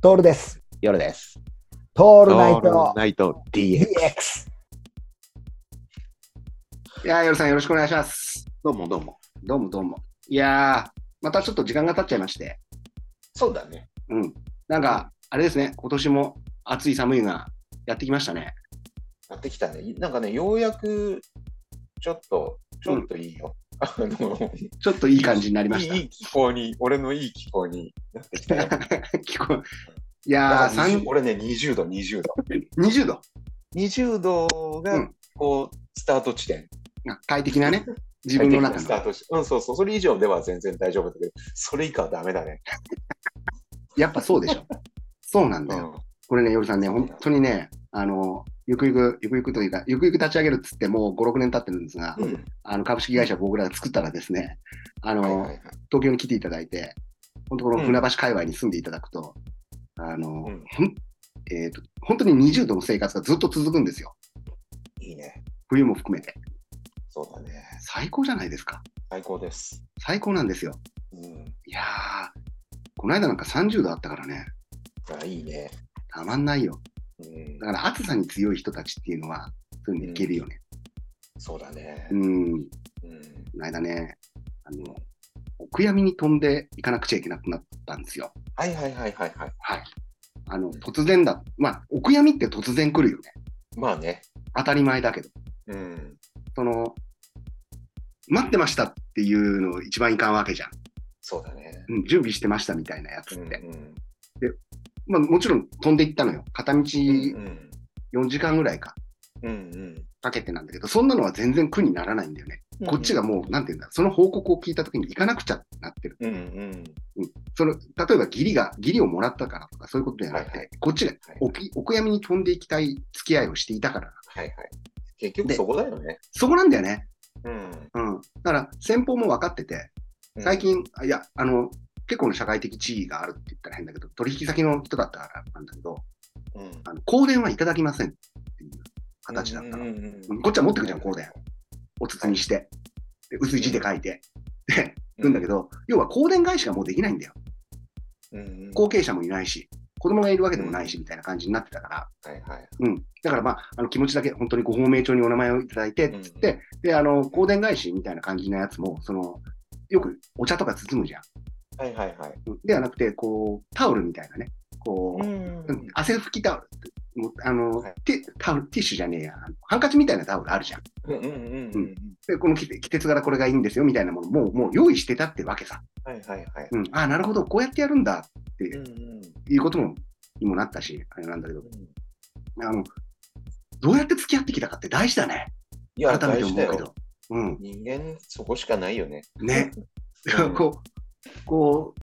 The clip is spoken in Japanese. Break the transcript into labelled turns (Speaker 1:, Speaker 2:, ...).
Speaker 1: トールです。
Speaker 2: 夜です。
Speaker 1: ト
Speaker 2: オ
Speaker 1: ールナイト
Speaker 2: ナイト DX。
Speaker 1: DX。
Speaker 3: いやー、夜さんよろしくお願いします。
Speaker 2: どうもどうも。
Speaker 3: どうもどうも。いやー、またちょっと時間が経っちゃいまして、
Speaker 2: そうだね。
Speaker 3: うん。なんか、あれですね、今年も暑い寒いがやってきましたね。
Speaker 2: やってきたね。なんかね、ようやく、ちょっと、ちょっといいよ。あの、
Speaker 3: ちょっといい感じになりました
Speaker 2: いいいい気候に、俺のいい気候になってきたよ。。
Speaker 3: 聞こえいや
Speaker 2: あ
Speaker 3: ー、三
Speaker 2: 俺ね、20度、20度。
Speaker 3: 20度。
Speaker 2: 20度
Speaker 3: う
Speaker 2: が
Speaker 3: ん、
Speaker 2: こう、スタート地点。
Speaker 3: あ快 適なね、自分の中
Speaker 2: スター
Speaker 3: の。
Speaker 2: ト地点。うん、そうそう。それ以上では全然大丈夫だけど、それ以下はダメだね。
Speaker 3: やっぱそうでし ょ。そうなん
Speaker 2: う
Speaker 3: だよ。
Speaker 2: ん。
Speaker 3: これね、夜さんね、本当にね、あの、ゆくゆく、ゆくゆくというか、ゆくゆく立ち上げるっつってもう5、6年経ってるんですが、
Speaker 2: うん
Speaker 3: あの株式会社僕らが作ったらですね、あの、
Speaker 2: はいはいはい。
Speaker 3: 東京に来ていただいて、本当この船橋界隈に住んでいただくと、あの、
Speaker 2: うん
Speaker 3: ほんえーと、本当に20度の生活がずっと続くんですよ。
Speaker 2: いいね。
Speaker 3: 冬も含めて。
Speaker 2: そうだね。
Speaker 3: 最高じゃないですか。
Speaker 2: 最高です。
Speaker 3: 最高なんですよ。
Speaker 2: うん。
Speaker 3: いやー、この間なんか30度あったからね、
Speaker 2: あ、いいね。
Speaker 3: たまんないよ。
Speaker 2: うん
Speaker 3: だ。から暑さに強い人たちっていうのは、そういうのいけるよね。
Speaker 2: そうだね
Speaker 3: う。ん、こ
Speaker 2: うん
Speaker 3: の間ね、あの、お悔やみに飛んでいかなくちゃいけなくなったんですよ。
Speaker 2: はいはいはいはいはい。
Speaker 3: あの、突然だ。まあ、お悔やみって突然来るよね。
Speaker 2: まあね。
Speaker 3: 当たり前だけど。
Speaker 2: うん。
Speaker 3: その、待ってましたっていうの一番いかんわけじゃん。
Speaker 2: そうだね。
Speaker 3: うん、準備してましたみたいなやつって。
Speaker 2: うん
Speaker 3: まあもちろん飛んでいったのよ。片道4
Speaker 2: うん
Speaker 3: 時間ぐらいか
Speaker 2: うん
Speaker 3: かけてなんだけど、そんなのは全然苦にならないんだよね。こっちがもう、なんていうんだ、その報告を聞いた時に行かなくちゃってなってる。
Speaker 2: うんうん。
Speaker 3: その、例えば義理が、義理をもらったからとかそういうことじゃなくて、
Speaker 2: はいは
Speaker 3: こっちが
Speaker 2: はい
Speaker 3: おきお悔やみに飛んでいきたい付き合いをしていたから。
Speaker 2: はいはい。結局
Speaker 3: で
Speaker 2: そこだよね。
Speaker 3: そこなんだよね。
Speaker 2: うん。
Speaker 3: うん。だから先方も分かってて、最近、あいや、あの、結構の社会的地位があるって言ったら変だけど、取引先の人だったからなんだけど、
Speaker 2: うん、うん。
Speaker 3: あの香典はいただきませんっていう形だった
Speaker 2: う
Speaker 3: の。
Speaker 2: んうん
Speaker 3: う
Speaker 2: うんん。
Speaker 3: こっちは持ってくじゃん、香典。お包みして、で薄い字で書いて、で、るんだけど、要は香典返しがもうできないんだよ。
Speaker 2: うんうん。
Speaker 3: 後継者もいないし、子供がいるわけでもないし、みたいな感じになってたから、
Speaker 2: はいはい。
Speaker 3: うん。だからまあ、あの気持ちだけ本当にご本命帳にお名前をいただいて、つっ
Speaker 2: う
Speaker 3: て、で、あの、香典返しみたいな感じのやつも、その、よくお茶とか包むじゃん。
Speaker 2: はいはいはい。
Speaker 3: ではなくて、こう、タオルみたいなね、こう、
Speaker 2: ん
Speaker 3: うん汗拭きタオルって、もうあの、
Speaker 2: はい
Speaker 3: テタオル、ティッシュじゃねえや、あのハンカチみたいなタオルあるじゃん。
Speaker 2: うんうんうんうん。
Speaker 3: で、この季季節柄これがいいんですよみたいなもの、もう、もう用意してたってわけさ。
Speaker 2: はいはいはい。
Speaker 3: うん、ああ、なるほど、こうやってやるんだ
Speaker 2: うんうん
Speaker 3: っていうことも、にもなったし、あれなんだけど
Speaker 2: う、ん。
Speaker 3: あの、どうやって付き合ってきたかって大事だね。
Speaker 2: いや、
Speaker 3: 改め
Speaker 2: 大
Speaker 3: て思
Speaker 2: 事
Speaker 3: う
Speaker 2: だ
Speaker 3: け
Speaker 2: よ。
Speaker 3: ど。うん。
Speaker 2: 人間、そこしかないよね。
Speaker 3: ね。
Speaker 2: うん
Speaker 3: こう、こう、